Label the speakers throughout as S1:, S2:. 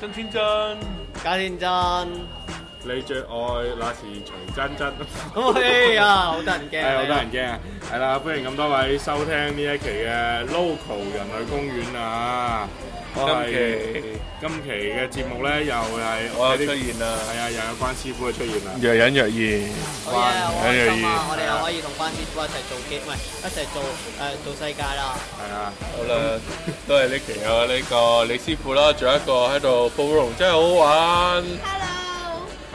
S1: 真天真，
S2: 假天真，
S3: 你最愛那是徐真真。
S2: 哎呀，好得人驚，
S3: 係好多人驚啊！係啦，歡迎咁多位收聽呢一期嘅 ờ, Local 人類公園啊！我係
S1: 今期
S3: 今期嘅節目咧，又係
S1: 我又
S3: 哋
S1: 出現啦
S3: 係啊，又有關師傅嘅出現啦。
S1: 若隱若現。
S2: 啊好嘢，好開心啊！我哋又可以同關師傅一齊做機，唔係一齊做誒做世界啦。
S3: 係啊，
S1: 好啦，都係呢期有呢個李師傅啦，仲有一個喺度暴龍，真係好好玩。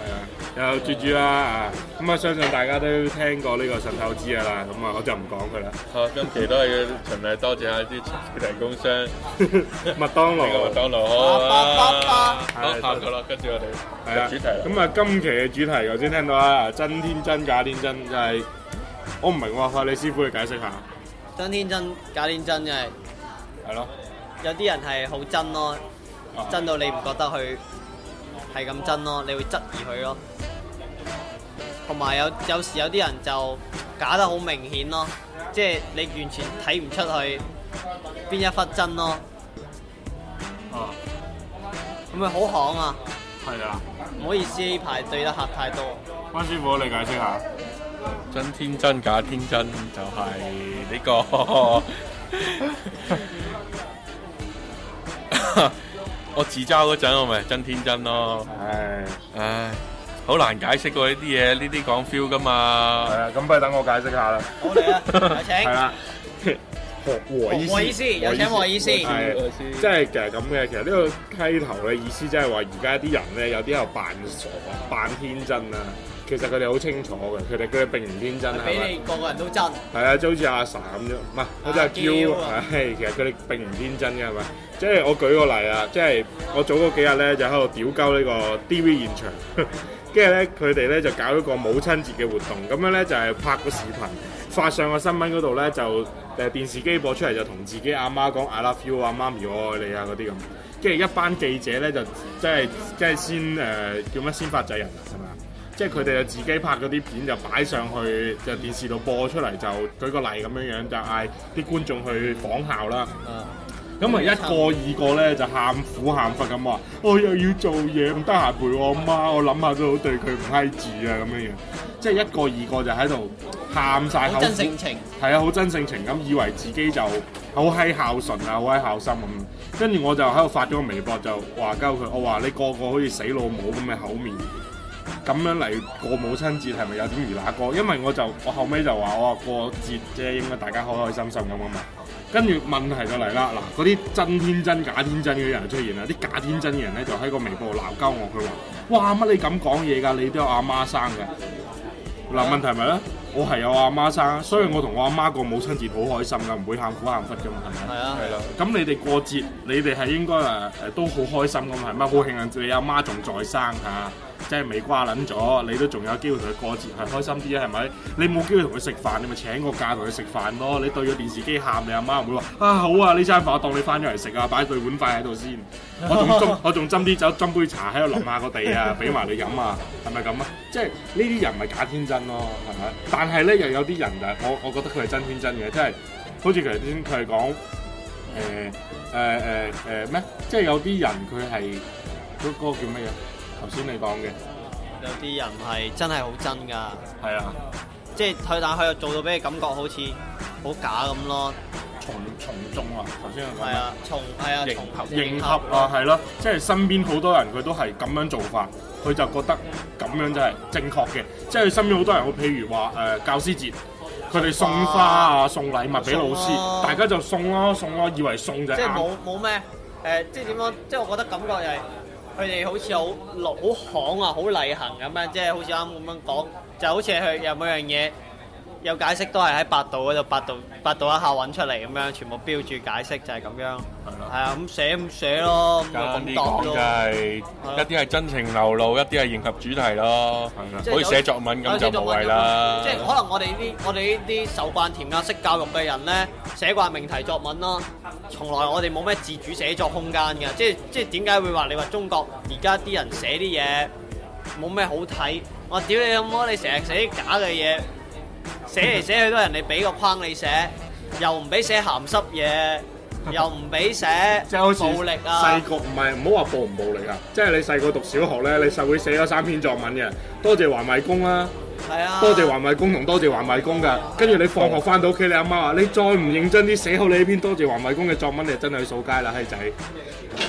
S3: 係啊，又有豬豬啦啊！咁啊，相信大家都聽過呢個神透支噶啦，咁啊，我就唔講 佢啦。
S1: 好，今期都係要循例多謝下啲提供商，
S3: 麥當
S1: 呢個麥
S3: 勞
S1: 當勞好啊。
S3: 係
S1: 好，下個啦，跟住我哋
S3: 係
S1: 嘅
S3: 啊
S1: 主題啦。
S3: 咁啊，今期嘅主題頭先聽到啦，真天真假天真就係我唔明喎，快你師傅去解釋下。
S2: 真天真，假天真，因為
S3: 係咯，
S2: 有啲人係好真咯，
S3: 啊
S2: 真到你唔覺得佢係咁真咯，你會質疑佢咯。同埋有有時有啲人就假得好明顯咯，即係你完全睇唔出佢邊一忽真咯，
S3: 啊，
S2: 咁咪好行啊！
S3: 係啊。
S2: 唔好意思，呢排對得客太多。
S3: 關師傅，你解釋下。
S1: 真天真假天真就係呢 個。我自嘲嗰陣，我咪真天真咯。
S3: 唉，
S1: 唉，好難解釋喎呢啲嘢，呢啲講 feel 噶
S3: 係
S1: 嘛。
S3: 啊，咁不如等我解釋下啦。 哎
S2: 好嚟啊！有請
S3: 係啦，學和
S2: 黃意思，有請黃意思。
S3: 係
S1: 我先
S3: 即係其實咁嘅，其實呢個溪頭嘅意思即係話而家啲人咧有啲又扮傻、扮天真啊。其實佢哋好清楚嘅，佢哋佢哋並唔天真啊係咪
S2: 俾你個個人都真，
S3: 係啊，即係好似阿 sa 咁啫，唔係好似阿嬌，係其實佢哋並唔天真嘅係咪？即係我舉個例啊，即係我早嗰幾日咧就喺度屌鳩呢個 DV 現場， 跟住咧佢哋咧就搞一個母親節嘅活動，咁樣咧就係拍個視頻發上個新聞嗰度咧就誒電視機播出嚟就同自己阿媽講 I love you 啊，媽咪我愛你啊嗰啲咁，跟住一班記者咧就即係即係先誒、叫乜先發制人啊係咪啊？即係佢哋就自己拍嗰啲片就擺上去，就電視度播出嚟，就舉個例咁樣樣，就嗌啲觀眾去仿效啦。咁啊一個二個咧就喊苦喊忽咁話，我又要做嘢，唔得閒陪我媽，我諗下都好對佢唔閪住啊咁樣樣。即係一個二個就喺度喊晒
S2: 嗯
S3: 口
S2: 好
S3: 苦，
S2: 真性情。
S3: 係啊，好真性情咁，以為自己就好閪孝順啊，好閪孝心咁。跟住我就喺度發咗個微博就話鳩佢，我話你個個好似死老母咁嘅口面，咁樣嚟過母親節係咪有啲魚乸哥？因為我就我後尾就話我話過節啫，應該大家開開心心咁啊嘛。跟住問題就嚟啦，嗱，嗰啲真天真假天真嘅人出現啦，啲假天真嘅人咧就喺個微博度鬧鳩我，佢話：哇乜你咁講嘢㗎？你都有阿媽生㗎。嗱，問題咪咧？我係有阿媽生，所以我同我阿媽過母親節好開心噶，唔會喊苦喊忽噶嘛，係咪
S2: 係？啊，
S1: 係啦，
S3: 咁你哋過節，你哋係應該誒誒都好開心噶嘛，係咪？好慶幸你阿媽仲在生嚇、即係未瓜撚咗，你都仲有機會同佢過節，係開心啲啊，係咪？你冇機會同佢食飯，你咪請個假同佢食飯咯。你對個電視機喊，你阿媽唔會話啊好啊，呢餐飯我當你翻咗嚟食啊，擺對碗筷喺度先。我仲斟我仲斟啲酒，斟杯茶喺度淋下個地啊，俾埋你飲啊，係咪咁啊？即係呢啲人咪假天真咯，係咪？但係咧又有啲人就係我我覺得佢係真天真嘅，即係好似頭先佢係講。誒誒誒誒呃咩？即係有啲人佢係嗰嗰個叫咩嘢？頭先你講嘅
S2: 有啲人係真係好真㗎，
S3: 係啊，
S2: 即係佢但係佢又做到俾你感覺好似好假咁咯。
S3: 從從眾啊！頭先我講
S2: 係
S3: 咩
S2: 啊，從係啊，
S1: 迎
S2: 從
S1: 合
S3: 迎合啊，係咯，即係身邊好多人佢都係咁樣做法，佢就覺得咁樣就係正確嘅。即係身邊好多人，譬如話誒、呃教師節，佢哋送花啊、送禮物俾
S2: 送咯
S3: 老師，大家就送咯送咯，以為送就
S2: 即係
S3: 啱。
S2: 冇冇咩誒？即係點講？即係我覺得感覺就係佢哋好似好老好行啊，好例行咁樣，即係好似啱咁樣講，就好似佢有每樣嘢有解釋都係喺百度嗰度，百度百度一下揾出嚟咁樣，全部標注解釋就係咁樣。
S3: 係
S2: 係
S3: 咯
S2: 啊，咁寫咁寫咯，咁
S1: 簡單
S2: 咪咁
S1: 啲
S2: 度
S1: 講就
S2: 咯。
S1: 係一啲係真情流露，一啲係迎合主題咯。
S3: 係啊啦
S2: 即係
S1: 好似
S2: 有啊
S1: 寫作文咁
S2: 有寫
S1: 就
S2: 作
S1: 無
S2: 文
S1: 謂
S2: 咁
S1: 啦
S2: 即係可能我哋呢我哋呢啲受慣填鴨式教育嘅人咧，寫慣命題作文啦，從來我哋冇咩自主寫作空間嘅。即係即係點解會話你話中國而家啲人寫啲嘢冇咩好睇？我屌你老母！你成日寫啲假嘅嘢，寫嚟寫去都係人哋俾個框你寫，又唔俾寫鹹濕嘢，又唔俾寫，
S4: 即係好似
S2: 暴力啊
S4: 細，個唔係唔好話暴唔暴力啊，即係你細個讀小學咧，你實會寫咗三篇作文嘅，多謝環衞工啦、
S2: 係啊，
S4: 多謝環衞工同多謝環衞工㗎。跟住你放學翻到屋企，你阿媽話：你再唔認真啲寫好你呢篇多謝環衞工嘅作文，你就真係去掃街啦，閪仔！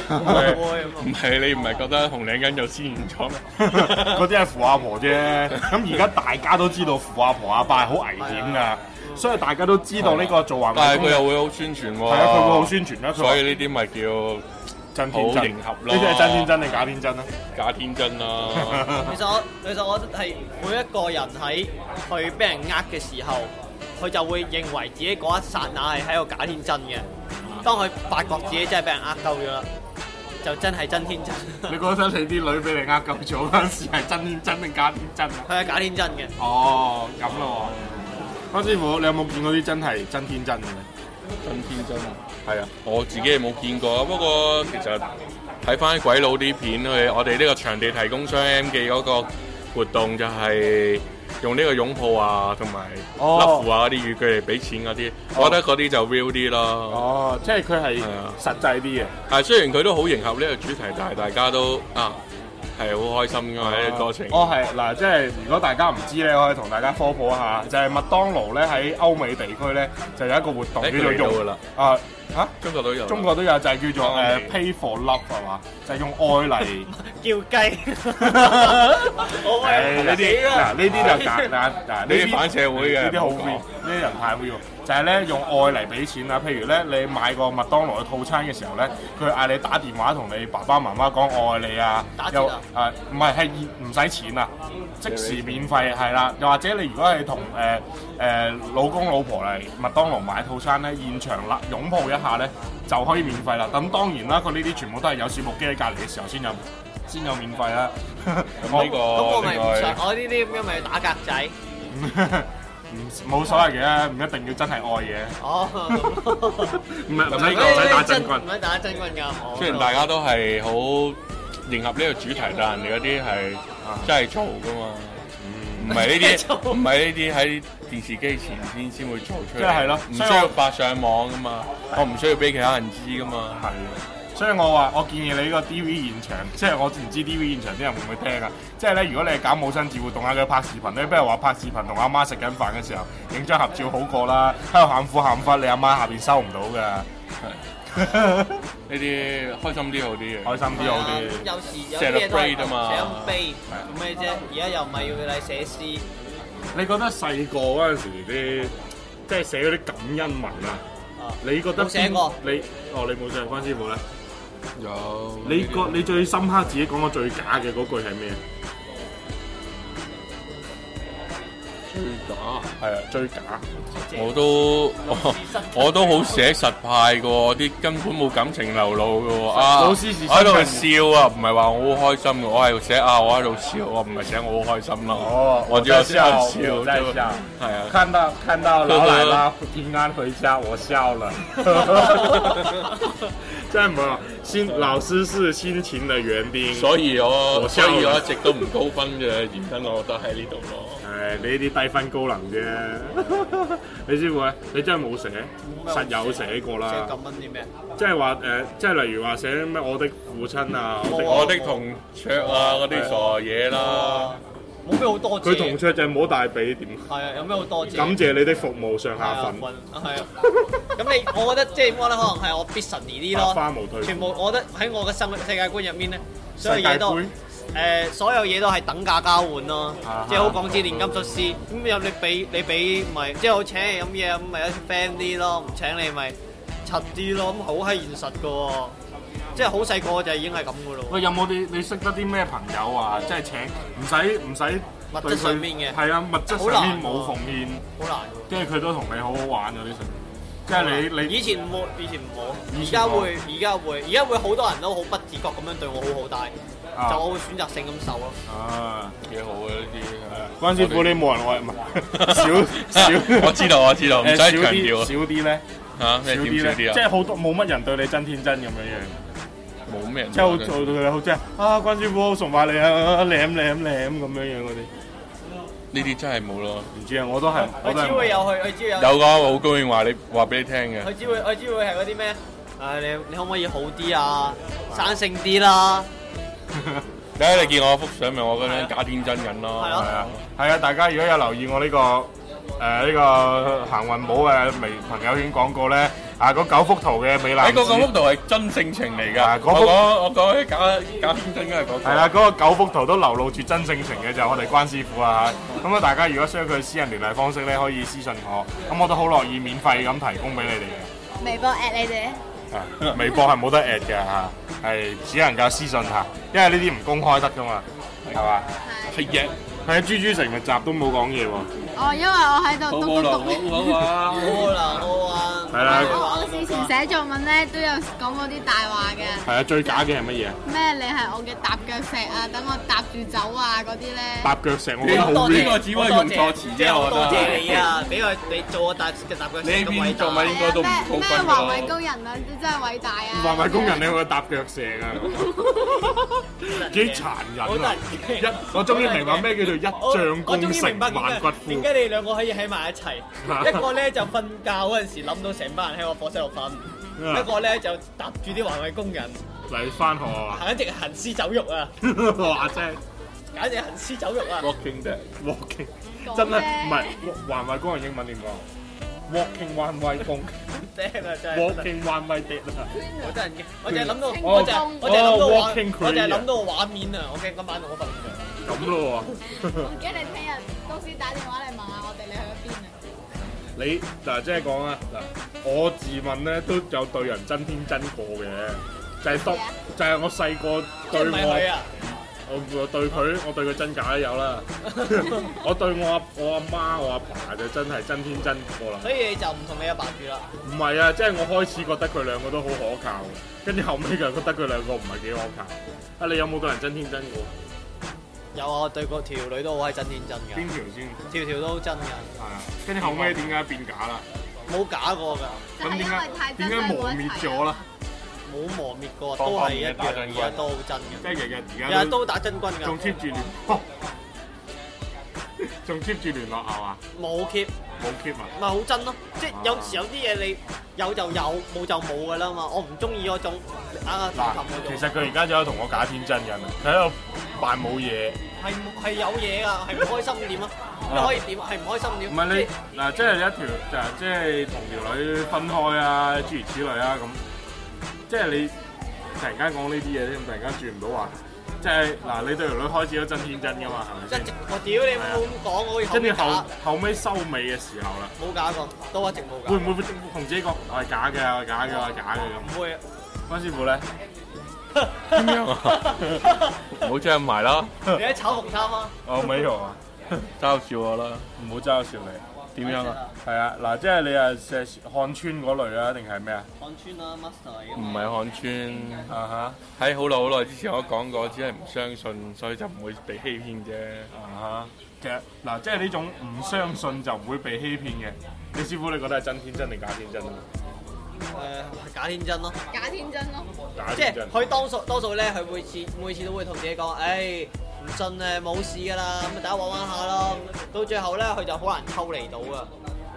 S1: 係
S2: 會咁啊
S1: 唔係你唔係覺得紅領巾有先現咗咩？
S3: 嗰啲係扶阿婆啫。咁而家大家都知道扶阿婆阿伯係好危
S2: 係
S3: 險㗎，所以大家都知道呢個做環衞
S1: 啊但係
S3: 工
S1: 佢
S3: 人
S1: 又會好宣傳喎。
S3: 係啊，佢會好宣傳啦。佢
S1: 所以
S3: 話
S1: 呢啲咪叫
S3: 真天
S1: 好
S3: 真，
S1: 迎合
S3: 呢
S1: 咯哦
S3: 啲係真天真定假天真啊？
S1: 假天真啦。
S2: 其實我其實我覺得係每一個人喺去俾人呃嘅時候，佢就會認為自己嗰一剎那係喺度假天真嘅。當佢發覺自己真係俾人呃鳩咗啦，就真係真天真，
S3: 你覺得你啲女俾你呃夠咗嗰陣時係真 天真定假天真啊？
S2: 佢係假天真嘅。
S3: 哦，咁咯喎。關師傅，你有冇見過啲真係真天真嘅咧？
S1: 真天真啊！
S3: 係啊，
S1: 我自己係冇見過啊，不過其實睇翻鬼佬啲片，佢我哋呢個場地提供商 M 記嗰個活動就係用呢個擁抱啊，同埋
S3: 哦
S1: 甩符啊嗰啲語句嚟俾錢嗰啲，我覺得嗰啲就 real 啲咯。
S3: 哦，即係佢係
S1: 係啊
S3: 實際啲嘅。
S1: 但係雖然佢都好迎合呢個主題，但係大家都啊係好開心噶嘛呢個過程。
S3: 哦，係嗱，即係如果大家唔知咧，我可以同大家科普一下，就係麥當勞咧喺歐美地區咧就有一個活動
S1: 誒
S3: 叫
S1: 佢嚟
S3: 做
S1: 到
S3: 用
S1: 㗎啦，
S3: 啊嚇，
S1: 中國啊都有，
S3: 中國都有就係叫
S1: 歐
S3: 做誒
S1: 美
S3: pay for love 係嘛，就係用愛嚟。
S2: 叫雞，
S1: 啊
S2: 我
S3: 誒哎呢啲嗱呢啲就簡單嗱呢
S1: 呢啲反社會嘅
S3: 呢啲好
S1: 唔好
S3: real，呢啲人太 real。就係咧用愛嚟俾錢啦，啊譬如咧你買個麥當勞嘅套餐嘅時候咧，佢嗌你打電話同你爸爸媽媽講我愛你啊
S2: 打，折
S3: 又
S2: 啊
S3: 誒唔係係唔使錢啊，即時免費係啦。又或者你如果係同誒誒老公老婆嚟麥當勞買套餐咧，現場啦擁抱一下咧就可以免費啦。咁當然啦，佢呢啲全部都係有攝錄機喺隔離嘅時候先有先有免費啦。
S1: 咁呢
S2: 咁我
S1: 個
S2: 咪
S1: 另
S2: 唔想
S1: 外，
S2: 我呢啲咁樣咪打格仔。
S3: 唔冇所謂嘅，唔一定要真係 愛嘅。
S2: 哦，
S3: 唔係唔
S1: 呢個唔使打
S2: 真唔使打真棍㗎。我
S1: 雖然大家都係好迎合呢個主題，但係人哋嗰啲係
S3: 啊
S1: 真係做噶嘛。
S3: 嗯
S1: 唔係呢啲，唔係呢啲喺電視機前先先會做出嚟，
S3: 即係咯
S1: 唔需
S3: 所以我
S1: 要發上網噶嘛，我唔需要俾其他人知噶嘛。
S3: 係嘅。所以我話，我建議你呢個 DV 現場，即係我唔知 DV 現場啲人會唔會聽啊！即係咧，如果你係搞母親節活動啊，佢拍視頻咧，不如話拍視頻同阿媽食緊飯嘅時候影張合照好過啦，喺度喊苦喊忽，你阿媽下邊收唔到 㗎，
S1: 呢啲開心啲好啲嘅。
S3: 開心啲好啲。
S2: 有時有啲嘢都係寫咁悲，做咩啫？而家又唔係要你寫詩，
S4: 你覺得細個嗰陣時啲即係寫嗰啲感恩文啊？
S2: 啊
S4: 你覺得
S2: 冇寫過
S4: 邊你哦，你冇寫關師傅咧？
S1: 有
S4: 你覺你最深刻自己講過最假嘅嗰句係咩？
S1: 最假？
S4: 係啊，最假。
S1: 我都我 我都好寫實派嘅喎，啲根本冇感情流露嘅喎啊！
S4: 老師是
S1: 我喺度笑啊，唔係話我好開心嘅，我係寫啊，我喺度笑，我唔係寫我好開心咯。
S3: 哦
S1: 我只有寫笑，
S3: 我在笑
S1: 係啊。
S3: 看到 看到老奶奶平安回家，我笑了。
S4: 即係唔係話心老師是辛勤的園丁。
S1: 所以我
S4: 我
S1: 所
S4: 收
S1: 以我
S4: 啦
S1: 一直都唔高分嘅原因，我覺得喺呢度咯。
S4: 誒，你呢啲低分高能啫。 你師傅咧，啊你真係冇寫，實有寫過
S2: 寫
S4: 啦
S2: 咁。蚊啲咩？
S4: 即係話誒，即係例如話寫咩我的父親啊，我的
S1: 我的同桌啊，嗰啲傻嘢啦，
S2: 啊冇咩好多謝。
S4: 佢同桌就摸大髀點？
S2: 係啊，有咩好多謝？
S4: 感謝你的服務上
S2: 係
S4: 下
S2: 啊
S4: 份，，
S2: 係啊。咁你，我覺得即係我覺得可能係我 b u s i n 啲
S4: 百
S2: 咯，
S4: 花無退。
S2: 全部我覺得喺我嘅心世界觀入面咧，所
S3: 世
S2: 有
S3: 界
S2: 嘢都
S3: 盃。
S2: 誒，所有嘢都係等價交換咯
S3: 啊哈，
S2: 即係好講之煉金術師咁有你俾你俾咪，即係我請你飲嘢咁咪有 friend 啲咯，唔請你咪柒啲咯，咁好閪現實噶喎，即係好細個就已經係咁噶咯，
S3: 喂，有冇啲你識得啲咩朋友啊？即係請唔使唔使
S2: 物質
S3: 對佢
S2: 上面嘅
S3: 係啊，物質上
S2: 好難
S3: 面
S2: 喎
S3: 冇奉獻，
S2: 好難㗎。
S3: 跟住佢都同你好好玩嗰啲成，即係你你
S2: 以前冇，以前冇，
S3: 以
S2: 而
S3: 前
S2: 家
S3: 冇
S2: 會，而家會，而家會好多人都好不自覺咁樣對我好好，但係就我會選擇性咁受咯。
S3: 啊，
S1: 幾好啊呢啲。
S4: 關師傅，你 冇人愛 唔係少少
S1: 我知道我知道，唔
S3: 誒
S1: 使
S3: 少
S1: 強
S3: 啲
S1: 調
S3: 少啲咧，
S1: 啊。嚇咩點
S3: 少
S1: 少
S3: 啲咧，
S1: 啲
S3: 即
S1: 啊？
S3: 係好多冇乜人對你真天真咁樣樣，
S1: 冇咩人
S3: 即係好做到佢好即係啊，關師傅好崇拜你啊，舐舐舐咁樣樣嗰啲，
S1: 呢啲真係冇咯。
S3: 唔知啊，我都係我
S2: 佢
S3: 都
S2: 只會
S3: 係
S2: 有去，佢只會有，
S1: 有個我好高興話你話俾你聽嘅，
S2: 佢只會，佢只會係嗰啲咩？唉，你你可唔可以好啲啊？生性啲啦，
S1: 你睇你見我幅相咪我嗰張假天真人
S2: 係
S1: 咯
S2: 咯，
S3: 係啊，係啊！大家如果有留意我呢、個呃誒呢、個行運帽嘅微朋友已經講過咧，啊嗰九幅圖嘅美男
S1: 喺
S3: 子
S1: 嗰個幅圖係真性情嚟
S3: 啊
S1: 㗎。
S3: 嗰
S1: 我
S3: 幅
S1: 講我講啲假假天真梗係嗰個。
S3: 係啦，嗰、個九幅圖都流露住真性情嘅就係我哋關師傅啊嚇。咁啊，大家如果需要佢私人聯繫方式咧，可以私信我，咁我都好樂意免費咁提供俾你哋嘅。
S5: 微博 at 你哋，
S3: 啊微博係冇得 at 嘅嚇，係只能夠私信下，因為呢啲唔公開得噶嘛，係嘛？
S5: 係
S1: 係嘅，
S3: 係啊，豬豬成日集都冇講嘢喎。
S5: 哦，因為我喺度
S1: 好
S5: 篤篤
S1: 冇啦，
S5: 篤
S1: 好好啊。
S2: 好啦，好啊，
S3: 係
S2: à,
S3: 啦
S5: 我之前寫作文咧都有講過啲大話嘅，
S3: 係啊，最假嘅係乜嘢？
S5: 咩你係我嘅踏腳石啊，等我踏住走啊嗰啲咧。
S3: 搭腳石我
S1: 你
S3: 覺得
S1: 好
S3: 好
S1: 多
S3: r
S1: 謝
S3: e
S1: 呢個只可以用助詞啫我覺得
S2: 多謝你啊，俾我你做我搭嘅搭腳
S1: 你
S2: 石咁偉
S1: 邊
S2: 大
S1: 做。咪應該都唔
S5: 啊咩
S1: 高
S5: 咩
S1: 分
S5: 環衛
S1: 㗎咯。
S5: 工人啊，你真係偉大啊！
S3: 環衞工人你會搭腳石啊？幾殘
S2: 好
S3: 忍
S2: 得
S3: 啊！
S2: 人
S3: 一
S2: 驚
S3: 我終於明白咩叫做一將
S2: 我
S3: 功
S2: 終於
S3: 成
S2: 明白
S3: 萬骨
S2: 點
S3: 枯。
S2: 解你兩個可以喺埋一齊，一個咧就瞓覺嗰陣時諗到成班人喺個課室度瞓，一個咧就搭住啲環衞工人
S3: 嚟翻學啊！
S2: 行一直行屍走肉啊，
S3: 哇真係
S2: 簡直行屍走肉啊！
S1: Walking Dead。
S3: walking，
S5: 講
S3: 真係
S5: 咩
S3: 唔係環衞工人英文點講？walking 環衞工
S2: 正啊真係，
S3: ，walking 環衞跌啊！
S2: 我真係驚，我淨係諗到
S5: 清
S2: 我淨係
S5: 空
S2: 我淨係諗到
S3: 哦
S2: 畫
S3: Oh, ，Walking Korea
S2: 我淨係諗到畫面啊！我驚今晚我瞓唔着。
S3: 咁咯喎。
S5: 唔驚你聽日公司打電話嚟問下我哋你去咗邊啊？
S3: 你嗱，即係講啊，嗱，我自問咧都有對人真天真過嘅，就係、當
S5: 咩啊
S3: 就係我細個
S2: 即係
S3: 對
S2: 唔係佢
S3: 我，
S2: 啊？
S3: 我我對佢，我對佢真假都有 啦。我對我阿我阿媽、我阿爸就真係真天真過啦。
S2: 所以你就唔同你阿爸住啦。
S3: 唔係啊，即係我開始覺得佢兩個都好可靠，跟住後尾就覺得佢兩個唔係幾可靠。啊，你有冇對人真天真過？
S2: 有啊，我對個條女都好係真天真
S3: 邊
S2: 㗎，
S3: 條先？
S2: 條條都好真㗎，
S3: 係啊，跟住後尾點解變假啦？
S2: 冇假過㗎。
S5: 啊就係因為太真
S3: 點解
S5: 真
S3: 磨滅咗啦？？
S2: 冇磨滅過，
S3: 方
S2: 都
S3: 方
S2: 係一
S3: 面
S2: 樣
S3: 面打真軍
S2: 嘢，都好真
S3: 即係
S2: 嘅。
S3: 日日而家
S2: 日日
S3: 都
S2: 都打真軍
S3: 仲
S2: 㗎，
S3: keep 住聯，哦 仲 keep 住聯絡係嘛？
S2: 冇 keep
S3: 冇 keep 啊？
S2: 咪好真咯。即係
S3: À.
S2: 有時有啲嘢你有就有，冇就冇㗎啦嘛。我唔中意嗰種啊琴
S3: 嗱，
S2: 嗰種，
S3: 其實佢而家就有同我假天真嘅，佢喺度扮冇嘢。
S2: 係冇係有嘢㗎，係唔開心點啊？你可以點啊？係唔開心點？
S3: 唔係
S2: 即係
S3: 你嗱，即係一條就即係同條女分開啊，諸如此類啊咁。即係你突然間講呢啲嘢，你突然間轉唔到話，啊即係嗱，你對條女開始都真天真噶嘛，係咪
S2: 一
S3: 先
S2: 直？我屌你冇咁講，我
S3: 跟住
S2: 後
S3: 後
S2: 面
S3: 後尾啊收尾嘅時候啦，
S2: 假冇假過，都一直冇
S3: 會
S2: 假。
S3: 唔會同自己講我係假嘅，我係假嘅，我係假嘅
S2: 唔
S3: 咁？
S2: 會啊！
S3: 關師傅咧？
S1: 點樣啊唔好張埋啦，
S2: 你喺炒紅衫啊？
S3: 我沒有啊，
S1: 嘲笑我啦。
S3: 唔好嘲笑你。
S1: 點樣啊？
S3: 係啊，嗱，即係你啊，石漢村嗰類啊，定係咩啊？
S2: 看穿啦，master 嚟㗎
S1: 唔
S2: 嘛
S1: 係漢村。
S3: 啊
S1: 喺好耐好耐之前我講過，只係唔相信，所以就唔會被欺騙啫。
S3: 哈，啊哈。其實嗱，即係呢種唔相信就唔會被欺騙嘅。你師傅，你覺得係真天真定假天真啊？
S2: 誒假天真咯。
S5: 啊假天真咯，
S3: 假
S2: 即
S3: 天
S2: 係
S3: 真。
S2: 佢多數多數咧，佢每次每次都會同自己講，誒、唔信誒冇事㗎啦，咁大家玩玩下咯。到最後咧，佢就好難抽離到噶。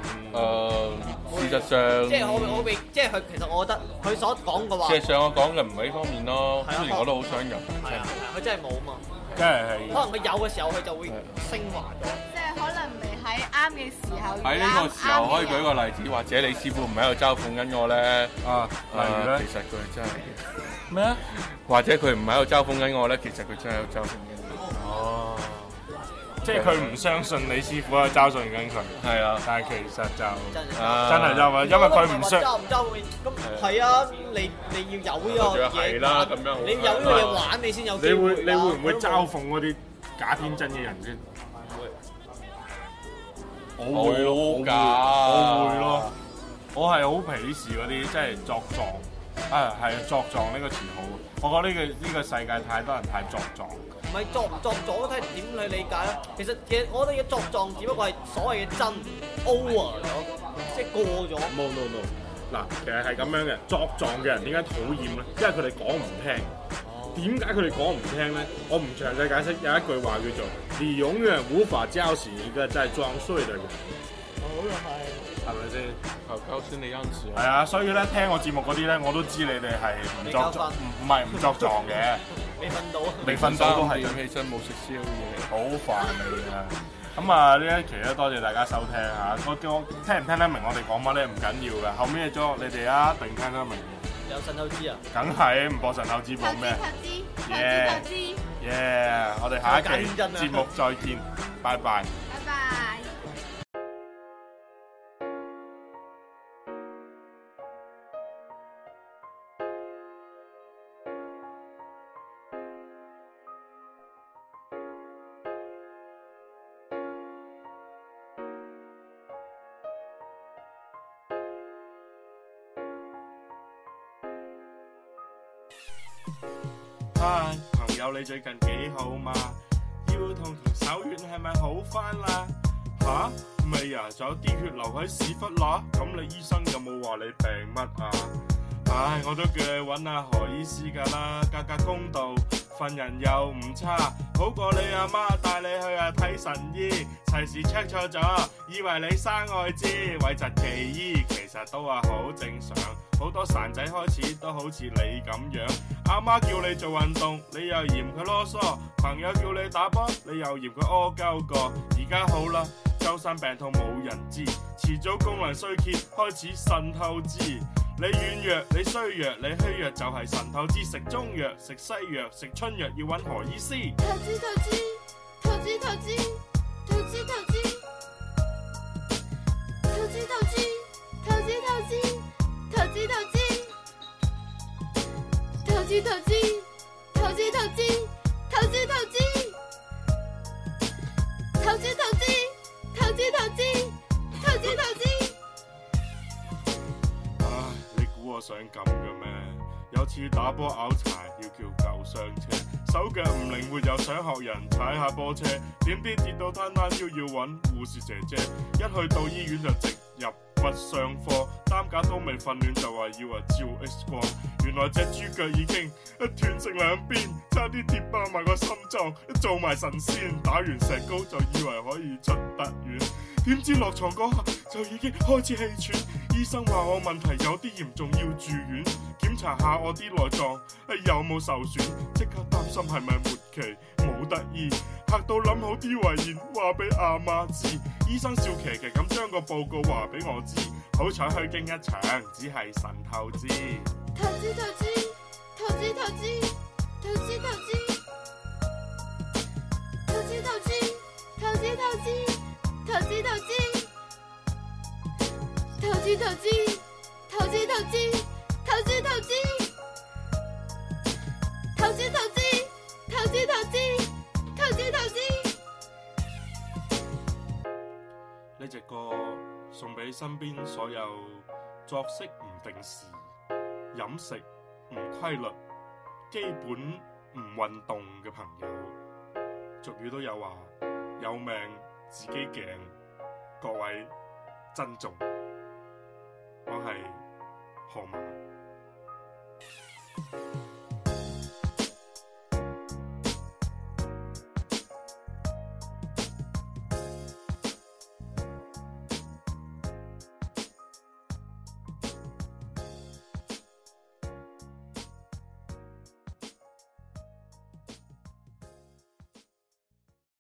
S1: 誒、
S3: 嗯
S1: 事實上，
S2: 即係我我被即係佢其實我覺得佢所講嘅話
S1: 事實上我講嘅唔係呢方面咯。
S2: 係啊
S1: 雖然我都好想入，
S2: 係啊，係啊佢真係冇嘛。
S3: 即係
S2: 可
S3: 係
S2: 能佢有嘅時候，佢就會升華咗。
S5: 即係可能未喺啱嘅時候遇
S1: 喺呢
S5: 啱
S1: 個時候可以
S5: 啱嘅
S1: 舉
S5: 人
S1: 個例子，或者你師傅唔喺度嘲諷緊我咧。
S3: 啊，例如
S1: 誒
S3: 咧
S1: 其實佢真係，
S3: 咩啊？
S1: 或者佢唔喺度嘲諷緊我咧，其實佢真係喺度嘲諷緊我。
S2: 啊
S3: 哦，即係佢唔相信你師傅啊，嘲信緊佢，
S1: 係啊，
S3: 但係其實就
S2: 真係
S1: 啊
S3: 真係因為因為佢唔相。
S2: 揸唔揸會咁係啊！你你要有呢個嘢
S1: 係啦
S2: 玩
S1: 咁樣好
S2: 你有呢個嘢玩，你先有
S3: 你
S2: 機
S3: 會
S2: 會
S3: 你會唔會
S2: 招？
S3: 嘲諷嗰啲假天真嘅人先？
S1: 我會咯
S3: 我會
S1: 㗎
S3: 我會咯。我係好鄙視嗰啲即係作狀，啊係啊作狀呢個詞好。我覺得呢、個呢、個世界太多人太作狀。
S2: 唔係作唔作咗，睇點去理解啦。其實其實我覺得嘅作狀只不過係所謂嘅真 over 咗，即係過咗。
S3: No no no，嗱其實係咁樣嘅，作狀嘅人點解討厭咧？因為佢哋講唔聽。點解佢哋講唔聽咧？我唔詳細解釋，有一句話叫做：你永遠無法教醒一個在裝睡嘅人。
S2: 好又係，
S3: 係咪先？
S1: 求鳩先你恩慈
S3: 係
S1: 啊！
S3: 啊，所以咧聽我節目嗰啲咧，我都知你哋係唔作狀，唔唔係唔作狀 嘅，
S2: 未瞓到。
S3: 未瞓到都係
S1: 三點起身冇食宵夜，
S3: 好煩你啊！咁啊，呢一期咧多謝大家收聽嚇，我我聽唔聽得明我哋講乜咧唔緊要嘅，後尾嘅咗你哋啊一定聽得明，
S2: 有神偷知啊！
S3: 梗係唔播神口指
S5: 投
S3: 播
S5: 資
S3: 咩？
S5: 投資投資
S3: Yeah
S5: 投資，
S3: 耶！我哋下一期節目再見，拜拜。
S5: 拜拜。
S3: 嗨，啊朋友你最近幾好嘛？腰痛同手軟係咪好翻啦？吓，未啊，仲有啲血流喺屎忽罅，咁你醫生有冇話你病乜啊？唉，我都叫你揾阿何醫師㗎啦，價格公道，份人又唔差，好過你阿媽帶你去啊睇神醫，齊時 check 錯咗，以為你生愛滋，諱疾忌醫，其實都話好正常，好多孱仔開始都好似你咁樣，阿媽叫你做運動，你又嫌佢囉嗦，朋友叫你打波，你又嫌佢屙鳩過，而家好啦。周身病痛冇人知，遲早功能衰竭，開始腎透支。你軟弱，你衰弱，你虛弱就係腎透支。食中藥，食西藥，食春藥要揾何醫師。
S5: 投資投資投資投資投資投資投資投資投資投資投資投資投資投資投資投資投資投資投資投資投資投資投資投資。
S3: 唉，你估我想咁嘅咩？有次打波拗柴，要叫救傷車，手腳唔靈活又想學人踩下波車，點知跌到攤攤腰要揾護士姐姐，一去到醫院就直入骨傷科，擔架都未訓練就話要啊照 X 光，原來隻豬腳已經呃斷成兩邊，差啲跌爆埋個心臟，做埋神仙，打完石膏就以為可以出得院。點知落床嗰下就已經開始氣喘，醫生話我問題有啲嚴重，要住院檢查下我啲內臟哎有冇受損，即刻擔心係咪末期冇得醫，嚇到諗好啲遺言話俾阿媽知，醫生笑騎騎咁將個報告話俾我知，好彩虛驚一場，只係神透支。
S5: 投資投資投資投資投資投資投資投資投資投資投資投資投資投資投資投資投資投資投資投資投資投資投資投資。
S3: 呢只歌送俾身邊所有作息唔定時、飲食唔規律、基本唔運動嘅朋友。俗語都有話：有命自己頸，各位珍重。我係河馬。